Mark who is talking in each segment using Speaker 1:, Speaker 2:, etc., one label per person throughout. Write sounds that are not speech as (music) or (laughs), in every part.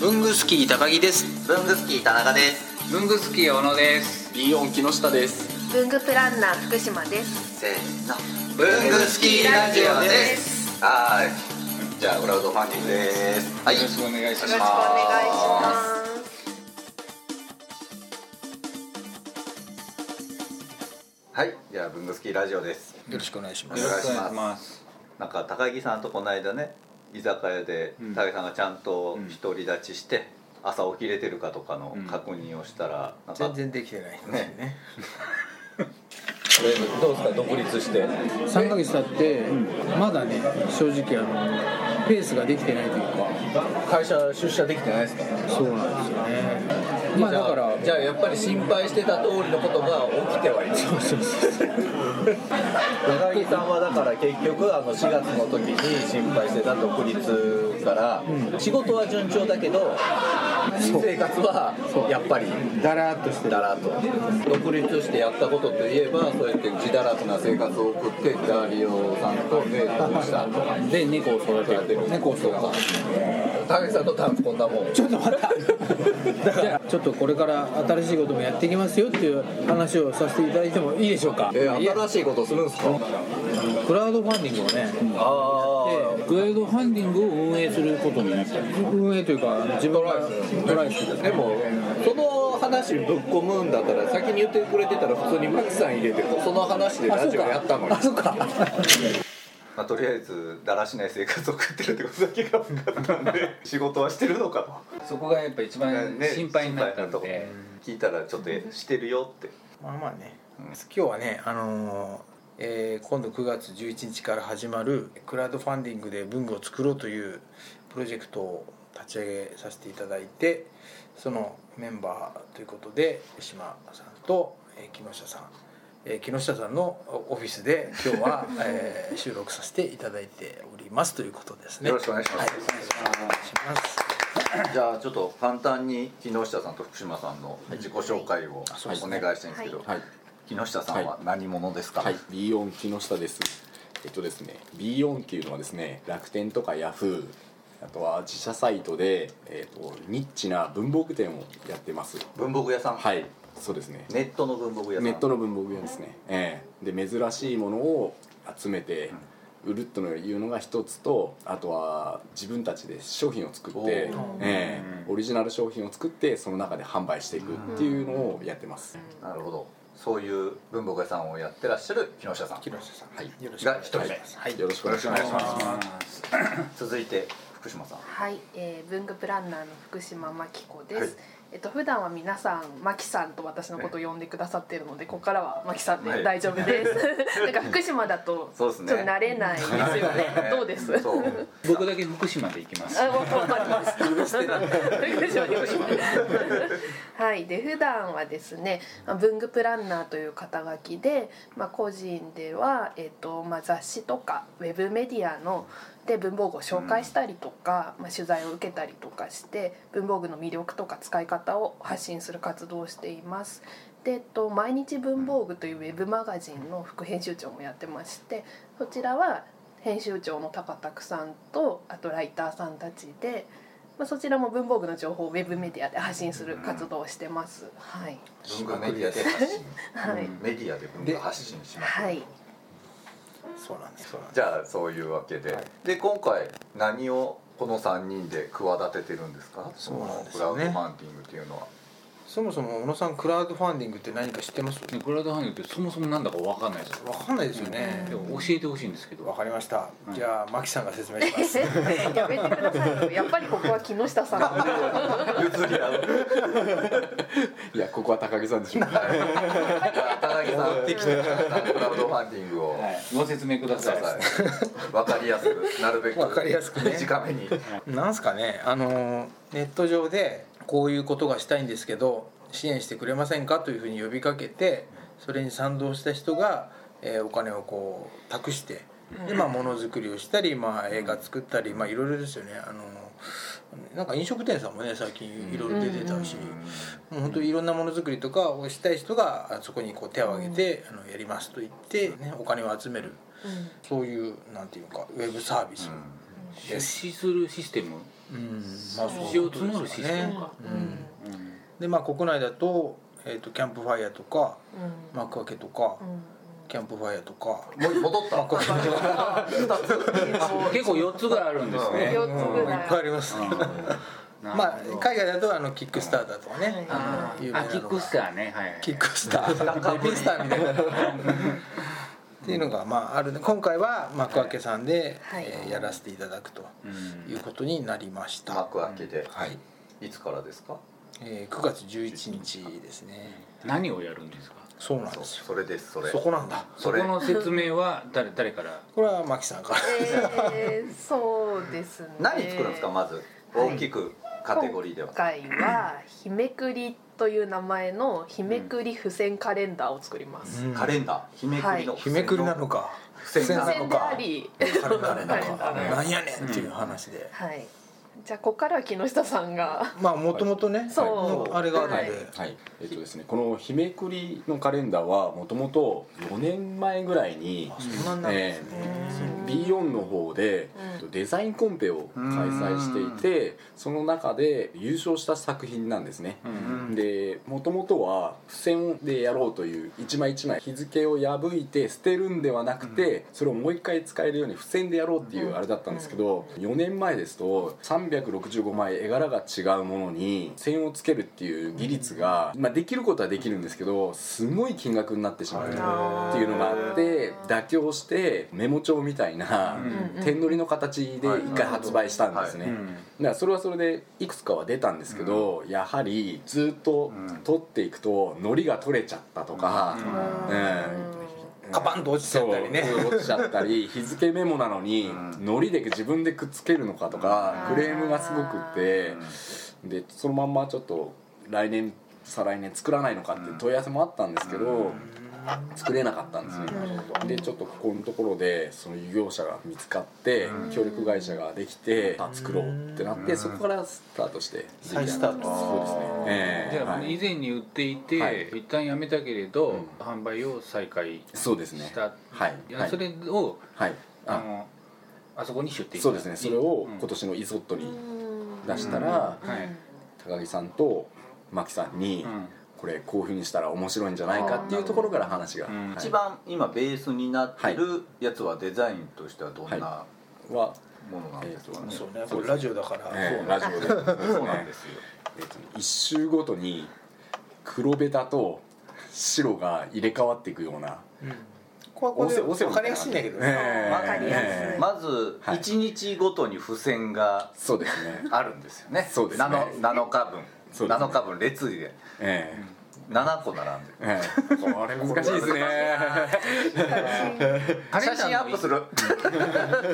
Speaker 1: 文具スキー高木です
Speaker 2: 文具スキー田中です
Speaker 3: 文具スキー小野です
Speaker 4: ビヨン木下です
Speaker 5: 文具プランナー福島です
Speaker 2: せーの文具スキーラジオですはーいじゃあ裏ウドファンディングですはい
Speaker 3: よろしくお願いし
Speaker 5: よ
Speaker 3: ま
Speaker 5: ろ
Speaker 3: す
Speaker 5: しくお願いします
Speaker 2: はいじゃあ文具スキーラジオです
Speaker 1: よろしくお願いしま
Speaker 2: お
Speaker 1: す
Speaker 2: 願いします
Speaker 3: ます
Speaker 2: なんか高木さんとこの間ね居酒屋で
Speaker 3: うん
Speaker 2: 高木さんがちゃんと
Speaker 3: うん
Speaker 2: 独り立ちして朝起きれてるかとかの
Speaker 3: うん
Speaker 2: 確認をしたらなんか
Speaker 1: 全然できてない
Speaker 2: ね
Speaker 4: どうですか独立して
Speaker 1: 3ヶ月経ってまだね正直あのペースができてないというか
Speaker 4: 会社出社できてないですか
Speaker 1: そうなんですよねまあだから
Speaker 4: じゃあやっぱり心配してた通りのことが起きてはいるそうそうそう高木さんはだから結局あの4月の時に心配してた独立から、仕事は順調だけど生活はやっぱり
Speaker 1: だらーっとしてる
Speaker 4: だらと独立してやったことといえばそうやって自堕落な生活を送ってダリオさんとデートしたとで猫を育ててる猫を育てる高木さんと多分こんなもん
Speaker 1: ちょっと待ったじゃあちょっとこれから新しいこともやっていきますよっていう話をさせていただいてもいいでしょうか
Speaker 4: え
Speaker 1: いや
Speaker 4: 新しいことするんですか
Speaker 1: クラウドファンディングをね
Speaker 4: あ
Speaker 1: で
Speaker 6: クラウドファンディングを運営することになった
Speaker 1: 運営というかあの自分がトライする
Speaker 4: でもその話ぶっ込むんだったら先に言ってくれてたら普通にマキさん入れてその話でラジオやったのに
Speaker 1: あそうか
Speaker 2: まあ、とりあえずだらしない生活を送ってるってことだけが分かったんで仕事はしてるのか
Speaker 3: そこがやっぱ一番
Speaker 2: ね
Speaker 3: 心配になった
Speaker 2: 心
Speaker 3: の
Speaker 2: 配な
Speaker 3: で
Speaker 2: とこ聞いたらちょっとしてるよって
Speaker 1: まあまあね、今日はねあのーえー今度9月11日から始まるクラウドファンディングで文具を作ろうというプロジェクトを立ち上げさせていただいてそのメンバーということで島さんと、えー木下さん、えー木下さんのオフィスで今日 (laughs) は、えー収録させていただいておりますということですね。
Speaker 2: よろしくお願いします
Speaker 1: はい、お願いします。
Speaker 2: じゃあちょっと簡単に木下さんと福島さんの自己紹介をお願いしたいんですけど、
Speaker 7: はい、
Speaker 2: 木下さんは何者ですか、
Speaker 7: はい、B4 木下です。えっとですね、B4 っていうのはですね、楽天とかヤフー、あとは自社サイトで、えっとニッチな文房具店をやってます。
Speaker 2: 文房具屋さん、
Speaker 7: はい、そうですね。
Speaker 2: ネットの文房具屋さん
Speaker 7: ネットの文房具屋ですね。ええで珍しいものを集めて。売るというのが一つとあとは自分たちで商品を作って
Speaker 2: おー、
Speaker 7: ええオリジナル商品を作ってその中で販売していくっていうのをやってます、
Speaker 2: なるほどそういう文房具屋さんをやってらっしゃる木下さん
Speaker 1: 木下さん、
Speaker 7: はい
Speaker 1: よろしくお
Speaker 2: が一
Speaker 1: 願いし
Speaker 2: 人
Speaker 1: ま
Speaker 2: 目、
Speaker 1: す。
Speaker 7: はい、よろしくお願いします
Speaker 2: 続いて福島さん
Speaker 5: はい、えー、文具プランナーの福島真紀子です、
Speaker 2: はい
Speaker 5: えっと普段は皆さん真紀さんと私のことを呼んでくださっているのでここからは真紀さん
Speaker 2: はい
Speaker 5: で大丈夫です、
Speaker 2: (laughs)
Speaker 5: なんか福島だとち
Speaker 2: そ
Speaker 5: ょ
Speaker 2: う
Speaker 5: っ
Speaker 2: で
Speaker 5: と
Speaker 2: すね
Speaker 5: 慣れないですよねどうです
Speaker 2: そう
Speaker 3: 僕だけ福島で行きます
Speaker 5: あ、わわかりま
Speaker 3: (laughs)
Speaker 5: した。福島におしまい (laughs) はい、で普段はですね、まあ文具プランナーという肩書きで、まあ個人ではえっ、とまあ雑誌とかウェブメディアので文房具を紹介したりとか、まあ取材を受けたりとかして文房具の魅力とか使い方を発信する活動をしています。でえっと、毎日文房具というウェブマガジンの副編集長もやってましてそちらは編集長の高拓さんとあとライターさんたちで、まあ、そちらも文房具の情報をウェブメディアで発信する活動をしてます。はい、
Speaker 2: 文具メディアで発信
Speaker 5: はい、
Speaker 2: メディアで文具発信します、
Speaker 5: はい、
Speaker 1: そうなんです。そうなんです
Speaker 2: じゃあそういうわけで、で今回何をこの3人で企ててるんですか
Speaker 1: そうなんで
Speaker 2: ク
Speaker 1: す
Speaker 2: ラ
Speaker 1: よ
Speaker 2: ウド
Speaker 1: ね
Speaker 2: ファンディングっていうのは
Speaker 1: そもそも小野さんクラウドファンディングって何か知ってます？
Speaker 6: ねクラウドファンディングってそもそもなんだか分かんないです
Speaker 1: わかんないですよね。
Speaker 6: でも教えてほしいんですけ
Speaker 1: わ
Speaker 6: ど
Speaker 1: かりました。じゃあ、マキさんが説明し
Speaker 5: (laughs)
Speaker 1: ま
Speaker 5: (laughs)
Speaker 1: す。
Speaker 5: やめてくださいよやっぱりここは木下さんや
Speaker 2: (laughs) 譲り合う
Speaker 7: いやここは高木さんでしょうか
Speaker 2: 高木さん適当なクラウドファンディングを
Speaker 3: はいご説明くだ
Speaker 2: くだ
Speaker 3: さい
Speaker 2: さいわかりやすくなるべく
Speaker 1: わかりやすくね
Speaker 2: 短めに
Speaker 1: なんすかね、あのネット上でこういうことがしたいんですけど支援してくれませんかというふうに呼びかけて、それに賛同した人が、えーお金をこう託して、でまあものづくりをしたり、まあ映画作ったり、まあいろいろですよね。あのなんか飲食店さんもね最近いろいろ出てたし、もう本当にいろんなものづくりとかをしたい人があそこにこう手を挙げて、あのやりますと言ってねお金を集める、そういうなんていうかウェブサービスを
Speaker 6: 出資するシステム
Speaker 1: うんまあそう
Speaker 6: 出資を募るシステムか、
Speaker 5: うん
Speaker 1: でまあ国内だと,、えー、とキャンプファイヤーとか
Speaker 5: うん
Speaker 1: 幕開けとか、
Speaker 5: うん
Speaker 1: キャンプファイヤーとか
Speaker 4: もう戻った
Speaker 1: 幕開けとか
Speaker 6: 結構4つぐらいあるんですね、
Speaker 5: 四
Speaker 1: うん
Speaker 5: つぐ
Speaker 1: いっぱ
Speaker 5: らい
Speaker 1: いあります、 (laughs) まあ海外だとあのキックスターだとかね、
Speaker 6: あ
Speaker 1: 有
Speaker 6: ー
Speaker 1: 名な
Speaker 6: あ
Speaker 1: のが
Speaker 6: キックスターねはいはい
Speaker 1: キックスターベビースターみたいなっていうのがまああるんで今回は幕開けさんで、
Speaker 5: はい
Speaker 1: えーやらせていただくと
Speaker 6: うん
Speaker 1: いうことになりました、
Speaker 2: 幕開けで、
Speaker 1: はい、
Speaker 2: いつからですか
Speaker 1: えー、9月11日ですね
Speaker 6: 何をやるんですか
Speaker 1: そうなん
Speaker 2: そう
Speaker 1: ですよ
Speaker 2: それですそれ
Speaker 1: そこなんだ
Speaker 2: そ
Speaker 6: そ
Speaker 2: れ
Speaker 6: この説明は誰誰から
Speaker 1: これはマキさんから
Speaker 5: えーそうですね
Speaker 2: 何作るんですかまず
Speaker 5: はい
Speaker 2: 大きくカテゴリーでは、
Speaker 5: 今回は「日めくり」という名前の「日めくり付箋カレンダー」を作ります、
Speaker 1: うん
Speaker 2: カレンダー日めくりの、
Speaker 5: はい
Speaker 1: 日めくりなのか
Speaker 2: 付箋
Speaker 1: な
Speaker 2: な
Speaker 5: 付箋
Speaker 1: の
Speaker 5: で
Speaker 1: か
Speaker 5: あり
Speaker 1: カレンダーなのか
Speaker 5: カレンダーね
Speaker 1: なんやねんっていう話で、
Speaker 5: はいじゃあここからは木下さん
Speaker 7: (laughs)
Speaker 5: が
Speaker 1: まあもともとね、
Speaker 5: そう
Speaker 1: のあれがあるので、
Speaker 5: はい
Speaker 7: はいえっとですね、この「日めくり」のカレンダーはもともと4年前ぐらいに、
Speaker 1: そんなんなんですね、
Speaker 7: えー B4 の方で
Speaker 5: うん
Speaker 7: デザインコンペを開催していてその中で優勝した作品なんですね、でもともとは付箋でやろうという一枚一枚日付を破いて捨てるんではなくて、それをもう一回使えるように付箋でやろうっていうあれだったんですけど、4年前ですと365枚絵柄が違うものに付箋をつけるっていう技術が、まあ、できることはできるんですけどすごい金額になってしまうっていうのがあって妥協してメモ帳みたいな
Speaker 5: うん
Speaker 7: 点取りの形で一回発売したんですね、
Speaker 6: う
Speaker 7: だからそれはそれでいくつかは出たんですけど、やはりずっと取っていくと糊が取れちゃったとか、うんうん
Speaker 1: カパンと落ちちゃったりね
Speaker 7: そう落ちちゃった
Speaker 1: (laughs)
Speaker 7: り日付メモなのに糊で自分でくっつけるのかとか
Speaker 5: うん
Speaker 7: クレームがすごくってでそのまんまちょっと来年再来年作らないのかっていう問い合わせもあったんですけど作れなかったんですよでちょっとここのところでその事業者が見つかって協力会社ができてあ作ろうってなってそこからスタートして
Speaker 1: 再スタート
Speaker 7: そうですねええ
Speaker 6: じゃあ、
Speaker 7: はい
Speaker 6: 以前に売っていて、
Speaker 7: はい
Speaker 6: 一旦やめたけれど、販売を再開
Speaker 7: そうですね
Speaker 6: した、
Speaker 7: はい
Speaker 6: いや
Speaker 7: はい
Speaker 6: それを
Speaker 7: はい
Speaker 6: あ
Speaker 7: あ
Speaker 6: のあそこに出店
Speaker 7: そうですねそれを今
Speaker 6: 年
Speaker 7: 年のイソットに
Speaker 5: うん
Speaker 7: 出したら、
Speaker 6: はい
Speaker 7: 高木さんと真木さんに、
Speaker 6: うん
Speaker 7: これこういうふうにしたら面白いんじゃないかっていうところから話が、
Speaker 6: うん
Speaker 7: はい
Speaker 2: 一番今ベースになってるやつはデザインとしてはどんな
Speaker 7: はは、
Speaker 2: ものなんですかね、
Speaker 1: そうねこれラジオだから、
Speaker 7: えーラジオで (laughs)
Speaker 2: そうなんですよ
Speaker 7: えっと一周ごとに黒ベタと白が入れ替わっていくような
Speaker 1: ここはこれで
Speaker 7: オセオセみた
Speaker 1: 分か
Speaker 7: いな
Speaker 1: りやすいんだけどね、
Speaker 7: えー
Speaker 5: わかりやすい
Speaker 7: えー
Speaker 2: まず
Speaker 7: はい
Speaker 2: 1日ごとに付箋が
Speaker 7: そうですね
Speaker 2: あるんですよね
Speaker 7: そうですね
Speaker 2: 7, 日分、
Speaker 7: そうですね
Speaker 2: 7日分列で
Speaker 7: え
Speaker 2: 7個並んでる
Speaker 7: ーえーこれ難しいですね
Speaker 2: 写真アップする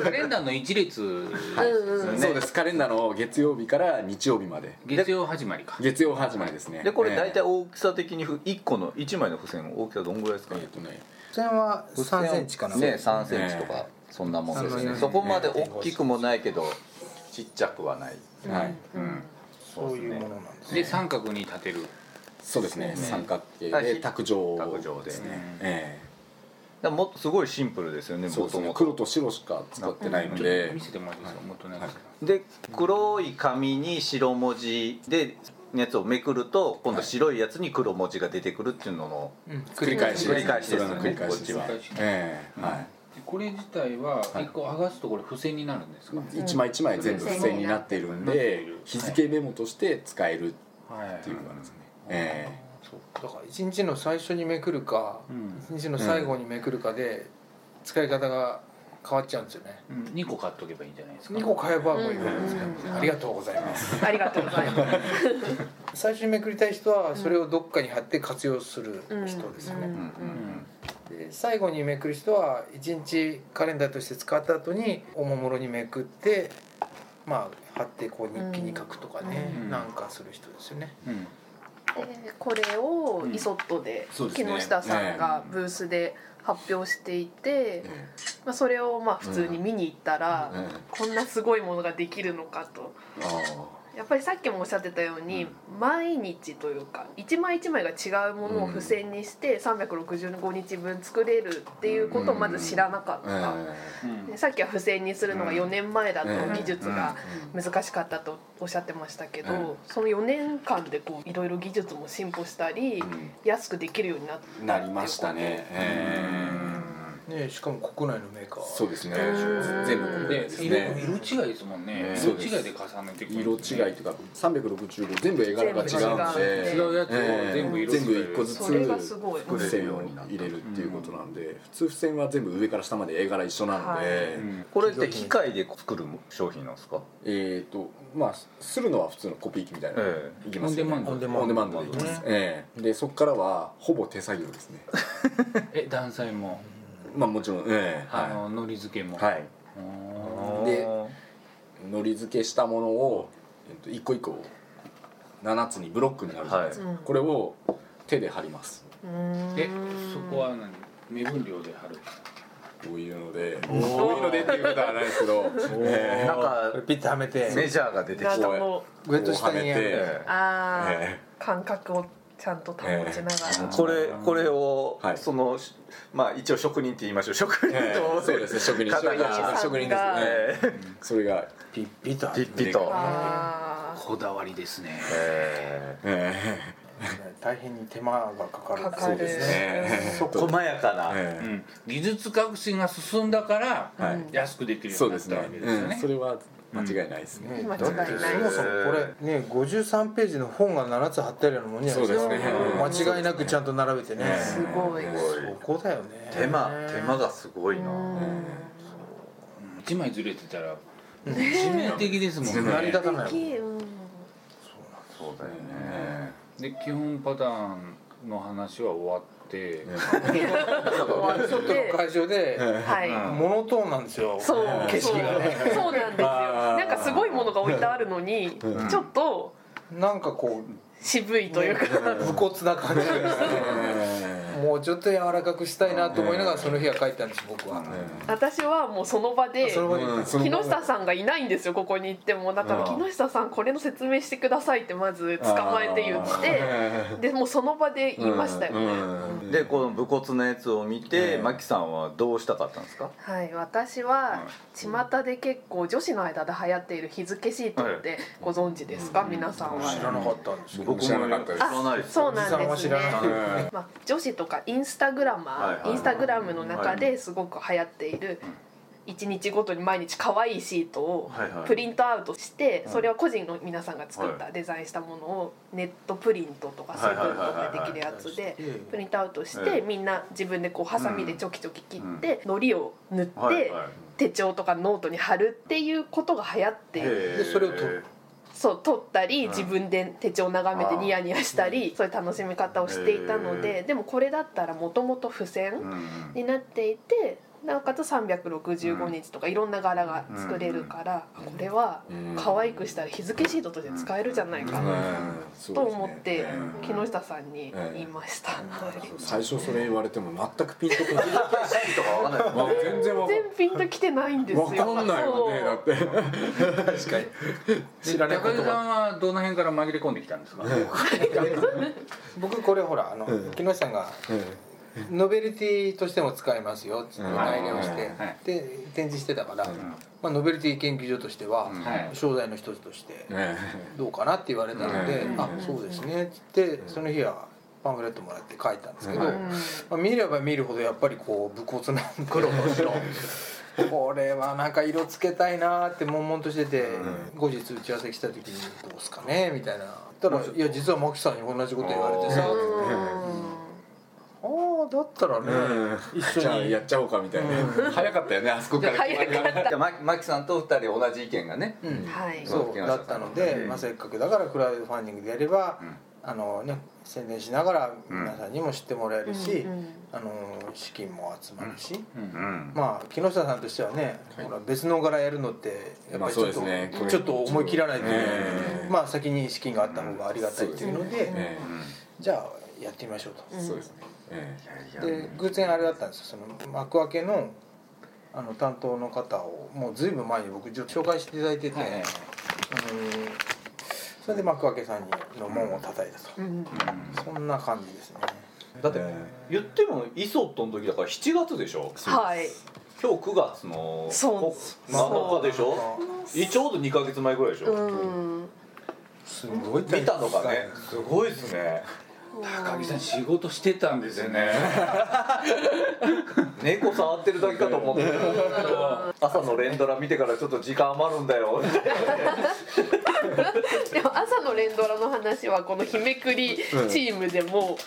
Speaker 6: カレンダーの一列
Speaker 5: うんうん
Speaker 7: そうですカレンダーの月曜日から日曜日まで
Speaker 6: 月曜始まりか
Speaker 7: 月曜始まりですね
Speaker 2: でこれ大体
Speaker 7: え
Speaker 2: 大きさ的に1個の1枚の付箋大きさどんぐらいですか
Speaker 7: ーえ
Speaker 2: ね
Speaker 7: っとね
Speaker 1: 線は3センチかな、
Speaker 2: ね3センチとかそんなもんですね
Speaker 1: ね
Speaker 2: そこまで大きくもないけどちっちゃくはない
Speaker 7: はい
Speaker 1: そういうものなんです
Speaker 6: で三角に立てる
Speaker 7: そうですね三角形
Speaker 2: はい
Speaker 7: で卓上
Speaker 2: 卓上で
Speaker 7: ですねえー
Speaker 2: だからもっとすごいシンプルですよね
Speaker 7: そうです
Speaker 2: 元
Speaker 7: ね
Speaker 2: 々
Speaker 7: 黒と白しか使ってないので
Speaker 6: 見せてもらっていいですか元のやつ
Speaker 2: で黒い紙に白文字でやつをめくると今度白いやつに黒文字が出てくるっていうのの
Speaker 7: 繰り返し
Speaker 2: 繰り返しです
Speaker 7: そ
Speaker 2: よね
Speaker 7: れの繰り返しです
Speaker 2: こっちは
Speaker 7: ええは
Speaker 6: これ自体は
Speaker 7: はい
Speaker 6: 一個剥がすとこれ付箋になるんですか
Speaker 7: い一枚一枚全部付箋になっているんで
Speaker 6: うん
Speaker 7: 日付メモとして使えるっ
Speaker 6: はい
Speaker 7: ていうのがですねえ
Speaker 1: そうだから一日の最初にめくるか
Speaker 6: うん
Speaker 1: 一日の最後にめくるかで使い方が変わっちゃうんですよね
Speaker 6: うん二個買っとけばいいんじゃないですか
Speaker 1: 2個買えばもういいわけですか
Speaker 5: うん
Speaker 1: らありがとうございます
Speaker 5: ありがとうございます
Speaker 1: 最初にめくりたい人はそれをどっかに貼って活用する
Speaker 5: うん
Speaker 1: 人ですよ
Speaker 5: う
Speaker 1: ね
Speaker 5: ん
Speaker 6: うん
Speaker 1: で最後にめくる人は一日カレンダーとして使った後におもむろにめくってまあ貼ってこう日記に書くとかね
Speaker 6: うん
Speaker 1: なんかする人ですよね
Speaker 6: うん
Speaker 5: でこれをイソットで
Speaker 7: そうです
Speaker 5: 木
Speaker 7: ね
Speaker 5: 下さんがブースで発表していて
Speaker 7: え、
Speaker 5: まあ、それをまあ普通に見に行ったら
Speaker 7: うんうん
Speaker 5: こんなすごいものができるのかと
Speaker 7: ああ
Speaker 5: やっぱりさっきもおっしゃってたように、毎日というか一枚一枚が違うものを付箋にして365日分作れるっていうことをまず知らなかった、でさっきは付箋にするのが4年前だと
Speaker 7: うん
Speaker 5: 技術が難しかったとおっしゃってましたけど、
Speaker 7: うん
Speaker 5: その4年間でこういろいろ技術も進歩したり、
Speaker 7: ん
Speaker 5: 安くできるようになったっていう
Speaker 7: なりましたね、え
Speaker 1: ねしかも国内のメーカ
Speaker 7: ー
Speaker 1: ー
Speaker 7: そうですね
Speaker 5: うん
Speaker 7: 全部これ
Speaker 6: で
Speaker 7: です
Speaker 6: 色
Speaker 7: ね
Speaker 6: 色違いですもんね
Speaker 7: ね
Speaker 6: 色違いで重ねていく
Speaker 7: 色違いというか365全部絵柄が違うので
Speaker 5: 全部違う
Speaker 6: 違うやつを全部色
Speaker 7: 全部1個ずつ
Speaker 5: それがすごい
Speaker 7: 付箋を入れるっていうことなんで、普通付箋は全部上から下まで絵柄一緒なので、
Speaker 5: はい
Speaker 6: うん
Speaker 2: これって機械で作る商品なんですか
Speaker 7: えっ、とまあするのは普通のコピー機みたいな、
Speaker 2: え
Speaker 7: いきますよね
Speaker 6: オンデ
Speaker 1: マンド
Speaker 7: オンデマンドでいきます、ええでそこからはほぼ手作業ですね
Speaker 6: え断裁も
Speaker 7: まあもちろんええ
Speaker 6: あ
Speaker 7: は
Speaker 6: の糊付けも
Speaker 7: い、はい、
Speaker 6: おー
Speaker 7: でのり付けしたものを、えっと、一個一個7つにブロックになるじゃないですか、
Speaker 5: はいうん
Speaker 7: これを手で貼ります
Speaker 6: えそこは何目分量で貼る
Speaker 7: こういうのでこういうのでっていうことはないですけど、え
Speaker 2: なんか
Speaker 1: これピッてはめて
Speaker 2: メジャーが出てき
Speaker 5: な
Speaker 2: て
Speaker 5: んかも
Speaker 7: え
Speaker 1: 上と下にやる
Speaker 7: こうはめて
Speaker 2: え
Speaker 5: ああ、
Speaker 7: え
Speaker 5: 感覚をちゃんと保ちながら、
Speaker 6: え
Speaker 2: これこれを、
Speaker 7: はい
Speaker 2: そのまあ一応職人って言いましょう職人
Speaker 7: ええ
Speaker 2: と、
Speaker 7: そうですね職人
Speaker 2: 方が
Speaker 7: 職人ですね
Speaker 2: ええ
Speaker 7: それが、
Speaker 1: ピッピッとは
Speaker 2: ピ
Speaker 1: め
Speaker 2: ッピと、
Speaker 5: あー
Speaker 6: こだわりですね
Speaker 2: え
Speaker 7: え
Speaker 1: 大変に手間がかかる
Speaker 5: かかる
Speaker 7: ええ
Speaker 2: え細やかな、
Speaker 7: え
Speaker 6: う
Speaker 7: え
Speaker 6: ん技術革新が進んだから
Speaker 7: はい
Speaker 6: 安くできるよう
Speaker 7: そう
Speaker 6: になっ
Speaker 7: です
Speaker 6: た
Speaker 7: ね
Speaker 6: わけですよ
Speaker 7: うん
Speaker 6: ね
Speaker 7: それは間違いないですね、
Speaker 1: ね
Speaker 5: 間違い
Speaker 1: だっ
Speaker 5: ない
Speaker 1: てそもそもこれね53ページの本が7つ貼ってあるようなもんじゃないですか
Speaker 7: そうですね
Speaker 1: 間違いなくちゃんと並べてね
Speaker 5: すごい、
Speaker 7: え
Speaker 2: すごい
Speaker 1: そこだよね
Speaker 2: 手間手間がすごいな、
Speaker 6: 一枚ずれてたら致命的ですもん
Speaker 1: 成り
Speaker 6: ね
Speaker 1: 立たないもん
Speaker 5: うん
Speaker 2: そうだよね
Speaker 6: で基本パターンの話は終わって
Speaker 5: 終わっ
Speaker 1: ちょっとの
Speaker 5: て
Speaker 1: 会場で
Speaker 5: はい、
Speaker 1: モノトーンなんですよ
Speaker 5: そう
Speaker 1: 景色がね
Speaker 5: そうそうなんですよなんかすごいものが置いてあるのに、ちょっと
Speaker 1: なんかこう
Speaker 5: 渋いというか、
Speaker 1: 無骨な感じがしてもうちょっと柔らかくしたいなと思いながらその日は帰ったんです僕は
Speaker 5: 私はもうその場で
Speaker 1: その場で行っ
Speaker 5: 木下さんがいないんですよここに行ってもだから木下さんこれの説明してくださいってまず捕まえて言ってでもうその場で言いましたよね、
Speaker 2: でこの武骨なやつを見て、マキさんはどうしたかったんですか
Speaker 5: はい、私は巷で結構女子の間で流行っている日付シートってご存知ですか、皆さんは。
Speaker 1: 知らなかったんですけど
Speaker 7: 僕も知らなかったです
Speaker 5: あ
Speaker 2: 知らないです
Speaker 5: そうな
Speaker 1: お
Speaker 5: んで
Speaker 1: じ
Speaker 5: す
Speaker 1: さん
Speaker 5: ね
Speaker 1: は知ら。
Speaker 5: まあ、女子とかインスタグラマー、
Speaker 2: はいはい
Speaker 5: インスタグラムの中ですごく流行っている。一日ごとに毎日可愛いシートを
Speaker 2: はいはい
Speaker 5: プリントアウトしてそれを個人の皆さんが作ったデザインしたものをネットプリントとかそういうのができるやつでプリントアウトしてみんな自分でこうハサミでちょきちょき切って糊を塗って
Speaker 2: はいはい
Speaker 5: 手帳とかノートに貼るっていうことが流行って
Speaker 2: で
Speaker 1: でそれを撮る
Speaker 5: そう撮ったり自分で手帳を眺めてニヤニヤしたりそういう楽しみ方をしていたの
Speaker 2: へ
Speaker 5: ででもこれだったらもともと付箋になっていてなおかつ365日とかいろんな柄が作れるからあこれは可愛くしたら日付シートとして使えるじゃないか
Speaker 7: そうですね
Speaker 5: と思って
Speaker 7: え
Speaker 5: 木下さんに言いました。はい
Speaker 7: え最初それ言われても全くピンとこな
Speaker 2: と
Speaker 7: い
Speaker 2: かわかんない
Speaker 7: あ全然わかん
Speaker 5: 全然ピンときてないんですよ。
Speaker 7: わかんないよねだって
Speaker 1: 知らない
Speaker 6: 高
Speaker 1: こ
Speaker 6: 木
Speaker 1: と
Speaker 6: さ
Speaker 1: が
Speaker 6: んはどの辺から紛れ込んできたんですか
Speaker 1: 僕これほらあの木下さんがノベルティとしても使えますよっつって内容して
Speaker 6: はい
Speaker 1: で展示してたから、まあ、ノベルティ研究所としては
Speaker 6: はい
Speaker 1: 商材の一つとして
Speaker 7: え
Speaker 1: どうかなって言われたので「あそうですね」っつってその日はパンフレットもらって書いたんですけど、まあ、見れば見るほどやっぱりこう武骨な黒と (laughs) 白。これはなんか色つけたいなーって悶々としてて、後日打ち合わせ来た時に「どうすかね?」みたいなたら「いや実はマキさんに同じこと言われてさ」ああだったらね、
Speaker 7: えじゃあやっちゃおうかみたいな早かったよねあそこから
Speaker 5: 早かった。
Speaker 2: じゃあマキマキさんと二人同じ意見がね、
Speaker 5: はい。
Speaker 2: う
Speaker 1: そ
Speaker 2: ん
Speaker 1: うだったので、まあ、せっかくだからクラウドファンディングでやれば、あのね、宣伝しながら皆さんにも知ってもらえるし、
Speaker 5: うんうん
Speaker 1: あの資金も集まるし、
Speaker 2: うん、
Speaker 1: まあ木下さんとしてはね、ほら別の柄やるのってやっぱ
Speaker 7: まあ
Speaker 1: りち
Speaker 7: そう
Speaker 1: ょ
Speaker 7: で
Speaker 1: っと,、
Speaker 7: すねこれ
Speaker 1: ちょっと思い切らないと、
Speaker 7: ええ
Speaker 1: まあ、先に資金があった方がありがたいっていうので,、
Speaker 7: え
Speaker 1: じゃあやってみましょうと。
Speaker 7: えそうですねえ
Speaker 1: で偶然あれだったんですよその幕開けのあの担当の方をもうずいぶん前に僕ちょっと紹介していただいてて、あのーそれで幕開けさんにの門を叩いたと、
Speaker 5: うん
Speaker 1: そんな感じですね
Speaker 2: だって言ってもイソットの時だから7月でしょ
Speaker 5: はい
Speaker 2: 今日9月の
Speaker 5: そう
Speaker 2: 7日でしょちょうど2か月前ぐらいでしょ、
Speaker 5: うん
Speaker 1: すごい
Speaker 2: 見たのがねすごいですね
Speaker 6: 高木さん仕事してたんですよね
Speaker 2: (laughs) 猫触ってるだけか
Speaker 8: (laughs)
Speaker 2: と思って朝の連ドラ見てからちょっと時間余るんだよ
Speaker 5: でも朝の連ドラの話はこの日めくりチームでも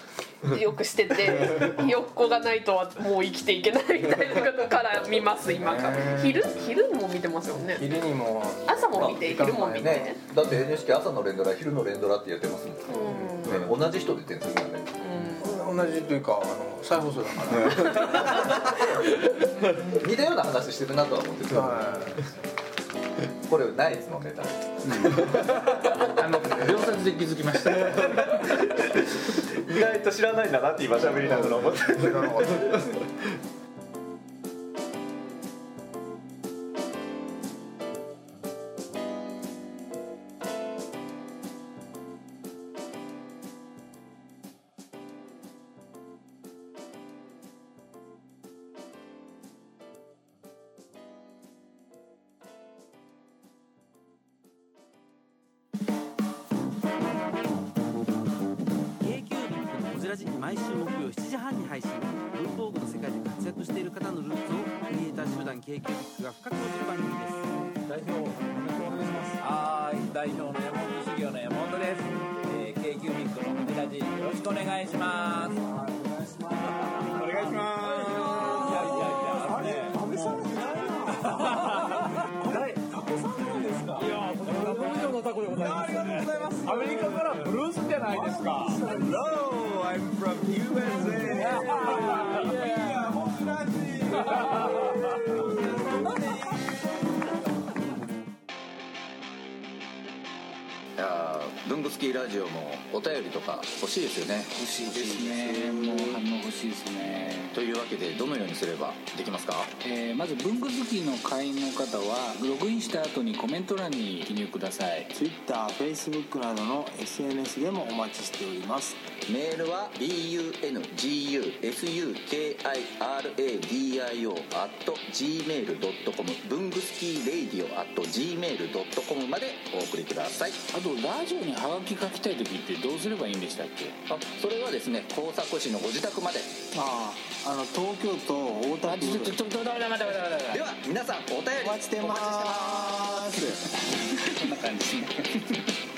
Speaker 5: よくしてて、ひよっこがないとはもう生きていけないみたいなことから見ます今から昼昼も見てますよね
Speaker 1: 昼にも
Speaker 5: 朝も見て昼も見て、
Speaker 2: ねだって NHK 朝の連ドラ昼の連ドラってやってますもんね
Speaker 5: うん
Speaker 2: 同じ人出てるんですよね
Speaker 1: 同じというかあの再放送だから、
Speaker 2: 似たような話してるなとは思ってた
Speaker 1: はい
Speaker 2: これナイツのネタ
Speaker 6: あの秒殺で気づきました
Speaker 2: 意外と知らないんだなって今喋りながら思って
Speaker 1: それがなかった
Speaker 8: いやー文具好きラジオもお便りとか欲しいですよね
Speaker 6: 欲しいですねもう反応欲しいですね
Speaker 8: というわけでどのようにすればできますか
Speaker 6: えーまず文具好きの会員の方はログインした後にコメント欄に記入ください
Speaker 9: TwitterFacebook などの SNS でもお待ちしております
Speaker 8: メールは bungusukradio gmail.com 文具スキーレイディオ gmail.com までお送りください
Speaker 6: あとラジオにハガキ書きたい時ってどうすればいいんでしたっけ
Speaker 8: あそれはですね工作士のご自宅まで
Speaker 9: あああの東京都大田区
Speaker 6: ちょっと待って待って待って待って
Speaker 8: では皆さんお便り
Speaker 9: お待ちしてます
Speaker 8: お待ちしてます
Speaker 6: こんな感じですね